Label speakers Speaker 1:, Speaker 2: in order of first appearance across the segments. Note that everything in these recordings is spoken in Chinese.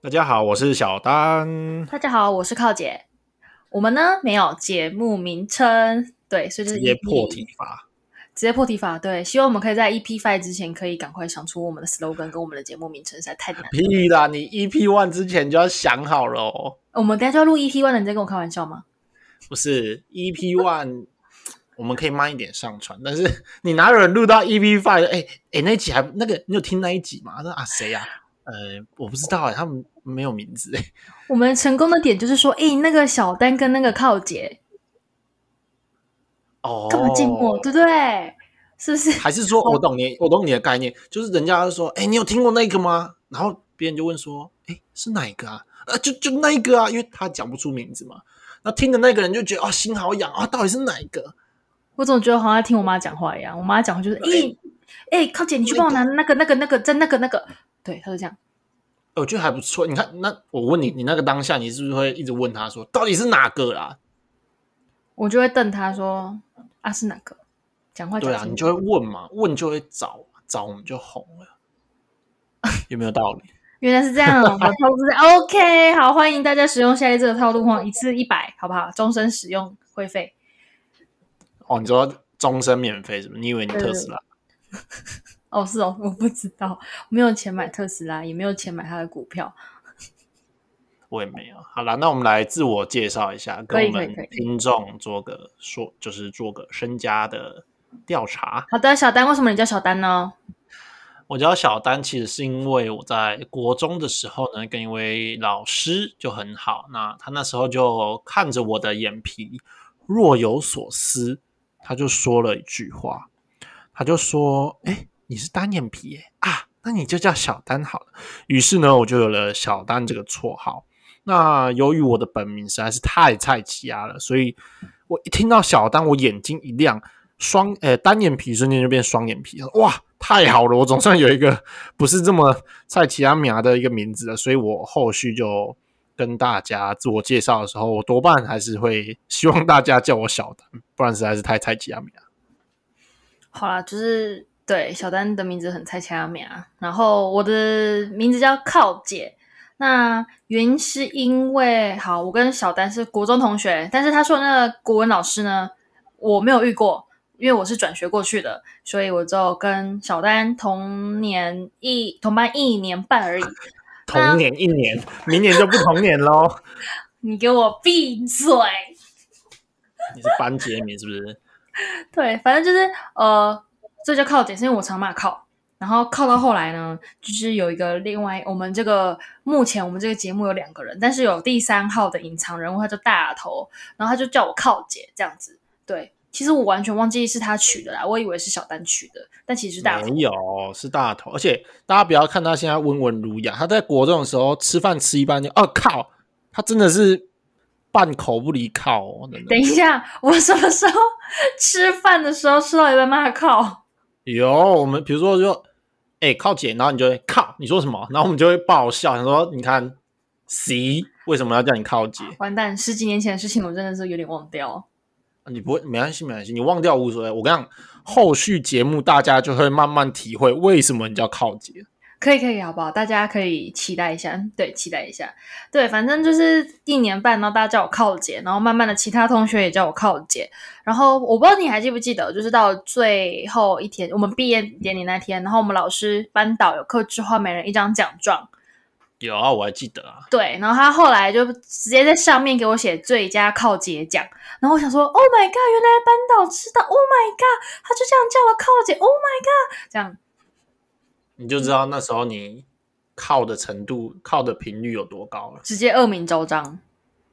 Speaker 1: 大家好，我是小丹，
Speaker 2: 大家好，我是靠姐。我们呢没有节目名称，对，所以这
Speaker 1: 直
Speaker 2: 是
Speaker 1: 接
Speaker 2: EP
Speaker 1: 破题，法。
Speaker 2: 直接破题法。对，希望我们可以在 EP five 之前可以赶快想出我们的 slogan 跟我们的节目名称，实在太难了。
Speaker 1: 屁啦，你 EP one 之前就要想好了哦。
Speaker 2: 我们等一下就要录 EP one 了，你在跟我开玩笑吗？
Speaker 1: 不是 EP E one，我 们可以慢一点上传，但是你哪有人录到 EP five？哎哎，那一集还那个，你有听那一集吗？那啊谁呀、呃，我不知道哎、他们没有名字哎、
Speaker 2: 我们成功的点就是说，诶，那个小丹跟那个靠姐
Speaker 1: 哦，
Speaker 2: 干嘛静默，对不对？是不是？
Speaker 1: 还是说我懂你，我懂你的概念，就是人家就说，哎、你有听过那个吗？然后别人就问说，哎、是哪一个啊？啊，就就那一个啊，因为他讲不出名字嘛。那听的那个人就觉得啊、心好痒啊，到底是哪一个？
Speaker 2: 我总觉得好像在听我妈讲话一样。我妈讲话就是，
Speaker 1: 对
Speaker 2: 诶，诶，靠姐，你去帮我拿那个、那个、那个，在那个、那个，对，她就这样。
Speaker 1: 哎我觉得还不错。你看，那我问你，你那个当下，你是不是会一直问他说，到底是哪个啊啦？
Speaker 2: 我就会瞪他说：“啊，是哪个？”讲话讲
Speaker 1: 对啊，
Speaker 2: 清
Speaker 1: 你
Speaker 2: 楚
Speaker 1: 就会问嘛，问就会找，找我们就红了，有没有道理？
Speaker 2: 原来是这样，我的套路是这样 OK。好，欢迎大家使用下列这个套路哈，一次一百，好不好？终身使用会费。
Speaker 1: 哦，你说终身免费是不是？你以为你特斯拉？
Speaker 2: 哦，是哦，我不知道，没有钱买特斯拉，也没有钱买他的股票。
Speaker 1: 我也没有。好啦，那我们来自我介绍一下，
Speaker 2: 可
Speaker 1: 跟
Speaker 2: 以
Speaker 1: 我
Speaker 2: 可以可
Speaker 1: 们
Speaker 2: 以
Speaker 1: 听众做个说，就是做个身家的调查。
Speaker 2: 好的，小丹，为什么你叫小丹呢？
Speaker 1: 我叫小丹，其实是因为我在国中的时候呢，跟一位老师就很好，那他那时候就看着我的眼皮，若有所思，他就说了一句话，他就说：“哎、你是单眼皮耶啊，那你就叫小丹好了。”于是呢，我就有了小丹这个绰号。那由于我的本名实在是太菜奇亚了，所以我一听到小丹，我眼睛一亮，双呃单眼皮瞬间就变双眼皮了。哇，太好了，我总算有一个不是这么菜奇亚米亚的一个名字了。所以我后续就跟大家自我介绍的时候，我多半还是会希望大家叫我小丹，不然实在是太菜奇亚米亚。
Speaker 2: 好啦，就是对小丹的名字很菜奇阿美啊，然后我的名字叫靠姐。那原因是因为，好，我跟小丹是国中同学，但是他说的那个国文老师呢，我没有遇过，因为我是转学过去的，所以我就跟小丹同年一同班一年半而已。啊
Speaker 1: 同年一年，明年就不同年喽。
Speaker 2: 你给我闭嘴！
Speaker 1: 你是班杰明是不是？
Speaker 2: 对，反正就是呃，这叫靠姐，是因为我常骂靠。然后靠到后来呢，就是有一个另外我们这个目前我们这个节目有两个人，但是有第三号的隐藏人物，他叫大头，然后他就叫我靠姐这样子。对，其实我完全忘记是他取的啦，我以为是小丹取的，但其实是大头
Speaker 1: 没。有，是大头。而且大家不要看他现在温文儒雅，他在国中的时候吃饭吃一半就，哦靠，他真的是半口不离靠、哦。真的
Speaker 2: 等一下，我什么时候吃饭的时候吃到一半骂靠？
Speaker 1: 有我们比如说就，哎、靠姐，然后你就会靠，你说什么？然后我们就会爆笑，想说你看 C 为什么要叫你靠姐？
Speaker 2: 完蛋，十几年前的事情我真的是有点忘掉。
Speaker 1: 啊你不会没关系，没关系，你忘掉无所谓。我跟你讲，后续节目大家就会慢慢体会为什么你叫靠姐。
Speaker 2: 可以可以，好不好？大家可以期待一下，嗯对，期待一下，对，反正就是一年半，然后大家叫我靠姐，然后慢慢的其他同学也叫我靠姐，然后我不知道你还记不记得，就是到最后一天，我们毕业典礼那天，然后我们老师班导有课之后，每人一张奖状，
Speaker 1: 有啊，我还记得啊。
Speaker 2: 对，然后他后来就直接在上面给我写最佳靠姐奖，然后我想说，Oh my god，原来班导知道，Oh my god，他就这样叫我靠姐，Oh my god，这样。
Speaker 1: 你就知道那时候你靠的程度、靠的频率有多高了，
Speaker 2: 直接恶名昭彰，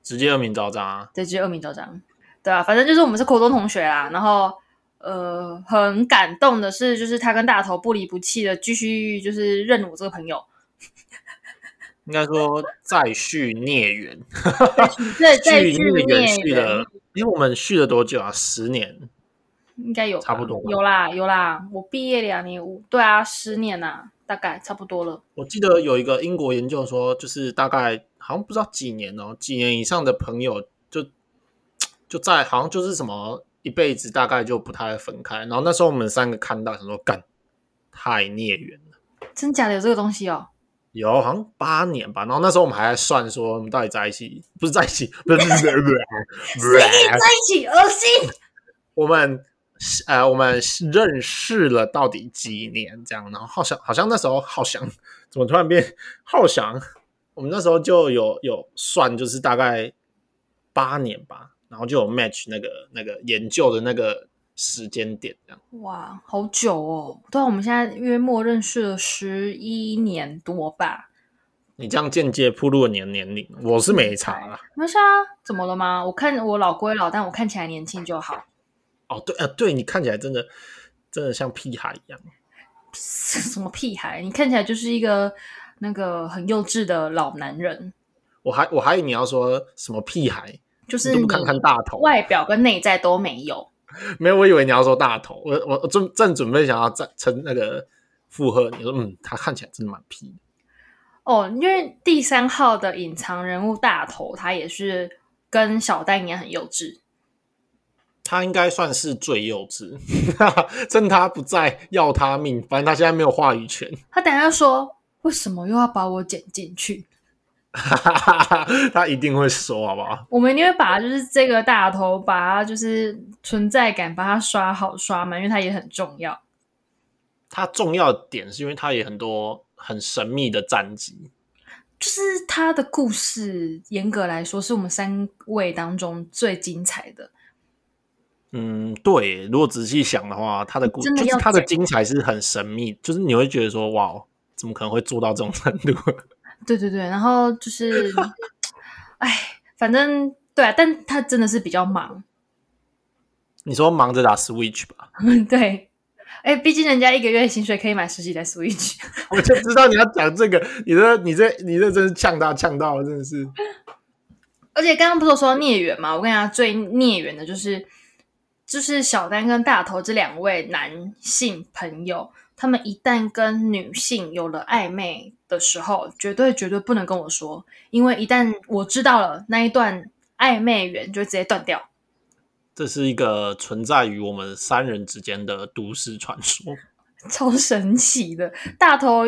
Speaker 1: 直接恶名昭彰啊！
Speaker 2: 对，就是恶名昭彰。对啊，反正就是我们是国中同学啦，然后呃，很感动的是，就是他跟大头不离不弃的继续就是认我这个朋友，
Speaker 1: 应该说再续孽缘，
Speaker 2: 对，再
Speaker 1: 续
Speaker 2: 去
Speaker 1: 孽缘
Speaker 2: 孽
Speaker 1: 续
Speaker 2: 缘
Speaker 1: 了，因为我们续了多久啊？十年，
Speaker 2: 应该有吧
Speaker 1: 差不多吧
Speaker 2: 有啦有啦，我毕业两年五，对啊，十年呐、大概差不多了。
Speaker 1: 我记得有一个英国研究说，就是大概好像不知道几年哦，几年以上的朋友就就在好像就是什么一辈子大概就不太会分开。然后那时候我们三个看到，想说干太孽缘了，
Speaker 2: 真假的有这个东西哦？
Speaker 1: 有好像八年吧。然后那时候我们还在算说我们到底在一起，不是在一起，不是不是不是不是，
Speaker 2: 一起，恶心。
Speaker 1: 我们呃我们认识了到底几年这样？然后好像好像那时候好像 怎么突然变好像？我们那时候就有有算，就是大概八年吧，然后就有 match 那个那个研究的那个时间点这样。
Speaker 2: 哇，好久哦！对啊，我们现在约莫认识了十一年多吧？
Speaker 1: 你这样间接铺路了你的年龄，我是没查啦。
Speaker 2: 没事啊，怎么了吗？我看我老归老，但我看起来年轻就好。
Speaker 1: 哦，对，呃，对你看起来真的真的像屁孩一样。
Speaker 2: 什么屁孩？你看起来就是一个那个很幼稚的老男人，
Speaker 1: 我还我还以为你要说什么屁孩，
Speaker 2: 就是
Speaker 1: 你都
Speaker 2: 你
Speaker 1: 不看看大头。
Speaker 2: 外表跟内在都没有。
Speaker 1: 没有，我以为你要说大头，我我我正正准备想要再称那个附和，你说嗯，他看起来真的蛮屁的。
Speaker 2: 哦，因为第三号的隐藏人物大头，他也是跟小丹一样很幼稚。
Speaker 1: 他应该算是最幼 稚，趁他不在要他命，反正他现在没有话语权。
Speaker 2: 他等一下说：“为什么又要把我剪进去？”
Speaker 1: 他一定会说，好不好？
Speaker 2: 我们一定会把就是这个大头，把他就是存在感，把它刷好刷满，因为它也很重要。
Speaker 1: 他重要的点是因为他也很多很神秘的战绩，
Speaker 2: 就是他的故事，严格来说是我们三位当中最精彩的。
Speaker 1: 嗯，对，如果仔细想的话，他的故
Speaker 2: 真的
Speaker 1: 就
Speaker 2: 要
Speaker 1: 是他的
Speaker 2: 讲
Speaker 1: 精彩是很神秘，就是你会觉得说，哇，哦怎么可能会做到这种程度？
Speaker 2: 对对对，然后就是，哎，反正对啊，但他真的是比较忙，
Speaker 1: 你说忙着打 Switch 吧，
Speaker 2: 对。哎，毕竟人家一个月薪水可以买十几台 Switch，
Speaker 1: 我就知道你要讲这个，你这你这你这真是呛他呛到了，真的是。
Speaker 2: 而且刚刚不是有说孽缘嘛？我跟你讲，最孽缘的就是就是小丹跟大头这两位男性朋友，他们一旦跟女性有了暧昧的时候，绝对绝对不能跟我说，因为一旦我知道了那一段暧昧缘，就直接断掉。
Speaker 1: 这是一个存在于我们三人之间的都市传说。
Speaker 2: 超神奇的。大头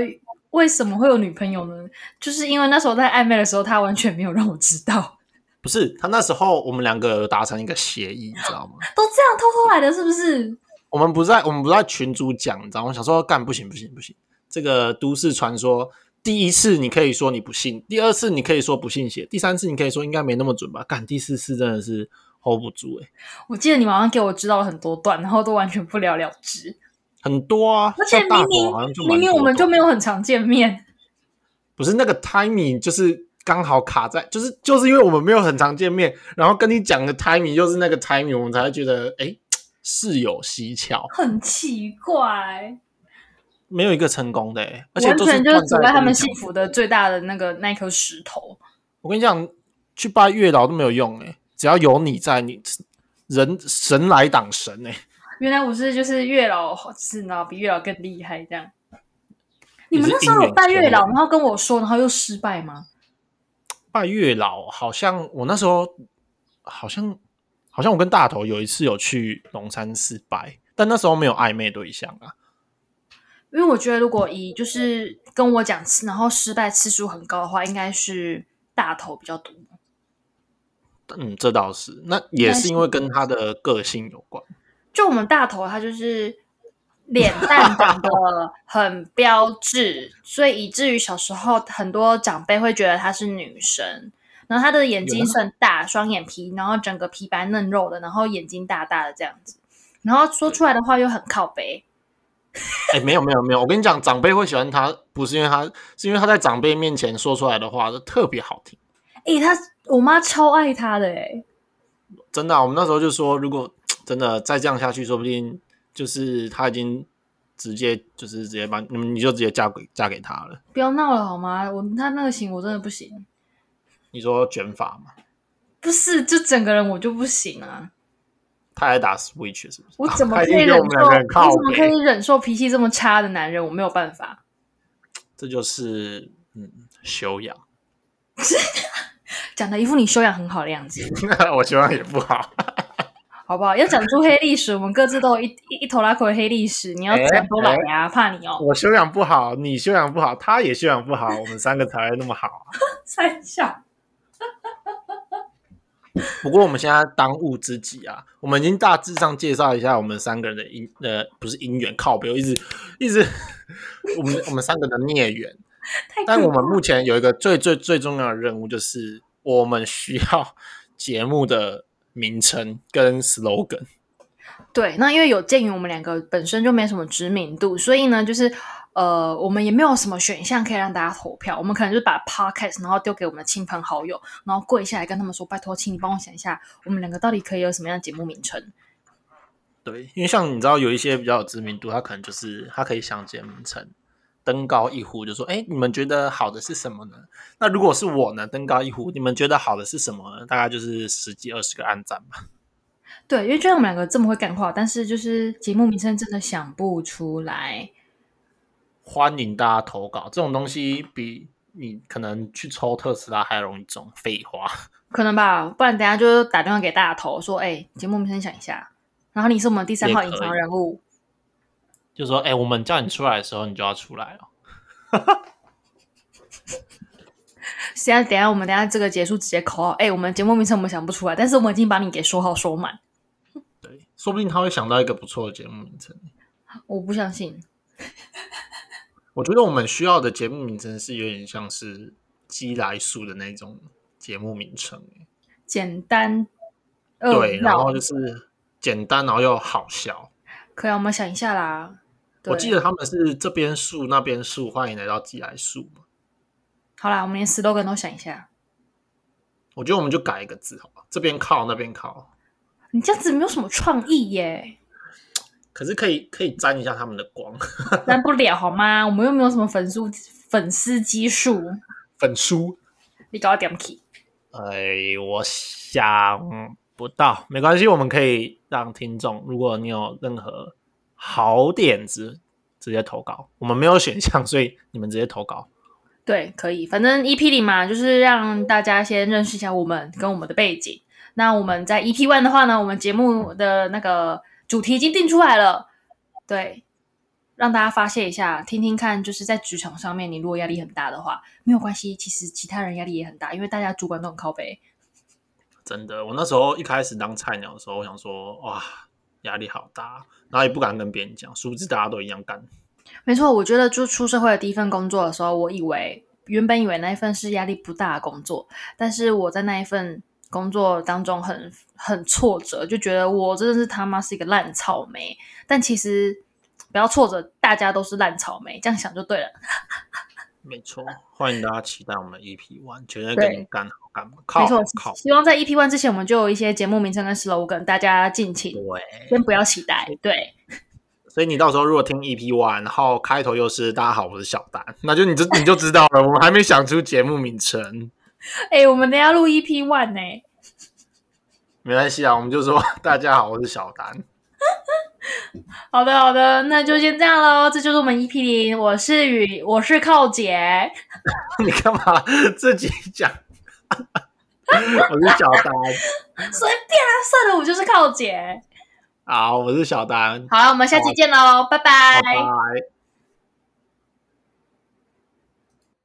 Speaker 2: 为什么会有女朋友呢？就是因为那时候在暧昧的时候，他完全没有让我知道。
Speaker 1: 不是，他那时候我们两个有达成一个协议，你知道吗？
Speaker 2: 都这样偷偷来的，是不是？
Speaker 1: 我们不在，我们不在群主讲，你知道吗？我想说，干不行不行不行，这个都市传说，第一次你可以说你不信，第二次你可以说不信邪，第三次你可以说应该没那么准吧，干第四次真的是 hold 不住诶、欸
Speaker 2: 我记得你们好像给我知道了很多段，然后都完全不了了之。
Speaker 1: 很多啊，
Speaker 2: 而且
Speaker 1: 像大
Speaker 2: 明
Speaker 1: 头
Speaker 2: 明
Speaker 1: 好像就蛮
Speaker 2: 明明
Speaker 1: 多
Speaker 2: 我们
Speaker 1: 的
Speaker 2: 就没有很常见面，
Speaker 1: 不是那个 timing，就是刚好卡在，就是就是因为我们没有很常见面，然后跟你讲的 timing 又是那个 timing，我们才会觉得哎事有蹊跷，
Speaker 2: 很奇怪，
Speaker 1: 没有一个成功的、欸，而且
Speaker 2: 完
Speaker 1: 都
Speaker 2: 全就是
Speaker 1: 断
Speaker 2: 阻
Speaker 1: 在
Speaker 2: 碍他
Speaker 1: 跟
Speaker 2: 们
Speaker 1: 你讲
Speaker 2: 幸福的最大的那个那一颗石头。
Speaker 1: 我跟你讲，去拜月老都没有用哎、只要有你在，你人神来挡神哎、
Speaker 2: 原来我是就是月老，就是然后比月老更厉害这样。你
Speaker 1: 你
Speaker 2: 们
Speaker 1: 是
Speaker 2: 那时候
Speaker 1: 姻
Speaker 2: 有
Speaker 1: 缘
Speaker 2: 拜月
Speaker 1: 天
Speaker 2: 老，
Speaker 1: 人
Speaker 2: 然后跟我说，然后又失败吗？
Speaker 1: 拜月老好像我那时候好像好像我跟大头有一次有去龙山寺拜，但那时候没有暧昧对象啊。
Speaker 2: 因为我觉得，如果以就是跟我讲次，然后失败次数很高的话，应该是大头比较多。
Speaker 1: 嗯，这倒是，那也是因为跟他的个性有关。
Speaker 2: 就我们大头，他就是脸蛋长得很标致，所以以至于小时候很多长辈会觉得她是女生。然后她的眼睛算大，双眼皮，然后整个皮白嫩肉的，然后眼睛大大的这样子，然后说出来的话又很靠北。
Speaker 1: 哎、没有没有没有，我跟你讲，长辈会喜欢他，不是因为他，是因为他在长辈面前说出来的话都特别好听。
Speaker 2: 诶，她我妈超爱她的诶，
Speaker 1: 真的啊、我们那时候就说，如果真的再这样下去，说不定就是他已经直接就是直接把你们你就直接嫁给嫁给他了。
Speaker 2: 不要闹了好吗？我她那个型我真的不行，
Speaker 1: 你说卷发嘛，
Speaker 2: 不是就整个人我就不行啊。
Speaker 1: 他还打 Switch 是不是？
Speaker 2: 我 怎么
Speaker 1: 他一
Speaker 2: 可
Speaker 1: 定
Speaker 2: 以
Speaker 1: 觉
Speaker 2: 忍
Speaker 1: 得
Speaker 2: 受？
Speaker 1: 我们两个很靠
Speaker 2: 我怎么可
Speaker 1: 北
Speaker 2: 以忍受脾气这么差的男人？我没有办法。
Speaker 1: 这就是嗯修养，
Speaker 2: 讲的一副你修养很好的样子。
Speaker 1: 我修养也不好。
Speaker 2: 好好不好？要讲出黑历史，我们各自都有一一一头拉口的黑历史，你要讲出来呀、怕你哦。
Speaker 1: 我修养不好，你修养不好，他也修养不好，我们三个才会那么好啊。
Speaker 2: 三笑，
Speaker 1: 不过我们现在当务之急啊，我们已经大致上介绍一下我们三个人的因呃不是姻缘靠背，我一直一直我们我们三个的孽缘。
Speaker 2: 太
Speaker 1: 但
Speaker 2: 可
Speaker 1: 我们目前有一个最最最重要的任务，就是我们需要节目的名称跟 slogan。
Speaker 2: 对，那因为有鉴于我们两个本身就没什么知名度，所以呢，就是呃，我们也没有什么选项可以让大家投票。我们可能就是把 podcast 然后丢给我们的亲朋好友，然后跪下来跟他们说：“拜托，请你帮我想一下，我们两个到底可以有什么样的节目名称
Speaker 1: 对，因为像你知道有一些比较有知名度，他可能就是他可以想节目名称，登高一呼，就说：“哎，你们觉得好的是什么呢？”那如果是我呢，登高一呼，你们觉得好的是什么呢？大概就是十几二十个暗赞吧。？”
Speaker 2: 对，因为就像我们两个这么会干话，但是就是节目名称真的想不出来。
Speaker 1: 欢迎大家投稿，这种东西比你可能去抽特斯拉还容易中。废话。
Speaker 2: 可能吧，不然等下就打电话给大家投说，哎、节目名称想一下，然后你是我们第三
Speaker 1: 也
Speaker 2: 号
Speaker 1: 可
Speaker 2: 隐藏
Speaker 1: 以
Speaker 2: 人物，
Speaker 1: 就说：“哎、我们叫你出来的时候，你就要出来了。哦
Speaker 2: 现在等一下我们等一下这个结束直接口号，哎、我们节目名称我们想不出来，但是我们已经把你给说好说满，”
Speaker 1: 对，说不定他会想到一个不错的节目名称。
Speaker 2: 我不相信。
Speaker 1: 我觉得我们需要的节目名称是有点像是鸡来素的那种节目名称，
Speaker 2: 简单，呃、
Speaker 1: 对，然后
Speaker 2: 绕
Speaker 1: 就是简单，然后又好笑。
Speaker 2: 可以啊，我们想一下啦。对
Speaker 1: 我记得他们是这边树那边树，欢迎来到鸡来树嘛。
Speaker 2: 好啦，我们连 slogan 都想一下。
Speaker 1: 我觉得我们就改一个字好吧，这边靠那边靠，
Speaker 2: 你这样子没有什么创意耶，
Speaker 1: 可是可以可以沾一下他们的光，
Speaker 2: 难不了好吗？我们又没有什么粉丝粉丝基数，
Speaker 1: 粉书。
Speaker 2: 你搞到点起。
Speaker 1: 哎，我想不到，没关系，我们可以让听众，如果你有任何好点子，直接投稿。我们没有选项，所以你们直接投稿。
Speaker 2: 对，可以，反正 EP 里嘛，就是让大家先认识一下我们跟我们的背景。那我们在 EP one 的话呢，我们节目的那个主题已经定出来了，对，让大家发泄一下，听听看，就是在职场上面，你如果压力很大的话，没有关系，其实其他人压力也很大，因为大家主管都很靠背。
Speaker 1: 真的，我那时候一开始当菜鸟的时候，我想说，哇，压力好大，然后也不敢跟别人讲，殊不知大家都一样干。
Speaker 2: 没错，我觉得就出社会的第一份工作的时候，我以为原本以为那一份是压力不大的工作，但是我在那一份工作当中很很挫折，就觉得我真的是他妈是一个烂草莓。但其实不要挫折，大家都是烂草莓，这样想就对了。
Speaker 1: 没错，欢迎大家期待我们的 E EP One，绝对跟你干好干嘛，靠
Speaker 2: 没错，
Speaker 1: 靠，
Speaker 2: 希望在 EP one 之前，我们就有一些节目名称跟 slogan，大家敬请
Speaker 1: 对。
Speaker 2: 先不要期待。对，
Speaker 1: 所以你到时候如果听 EP One，然后开头又是“大家好，我是小丹”，那就你就你就知道了。我们还没想出节目名称，
Speaker 2: 哎、我们等一下录 EP one 呢、
Speaker 1: 没关系啊，我们就说 “大家好，我是小丹
Speaker 2: 好的，好的，那就先这样喽。这就是我们 EP 零，我是雨，我是靠姐。”。
Speaker 1: 你干嘛自己讲？ 我是小丹，
Speaker 2: 随便啊，算了，我就是靠姐。
Speaker 1: 好，我是小丹，
Speaker 2: 好了，我们下期见喽，拜
Speaker 1: 拜
Speaker 2: 拜。
Speaker 1: 拜。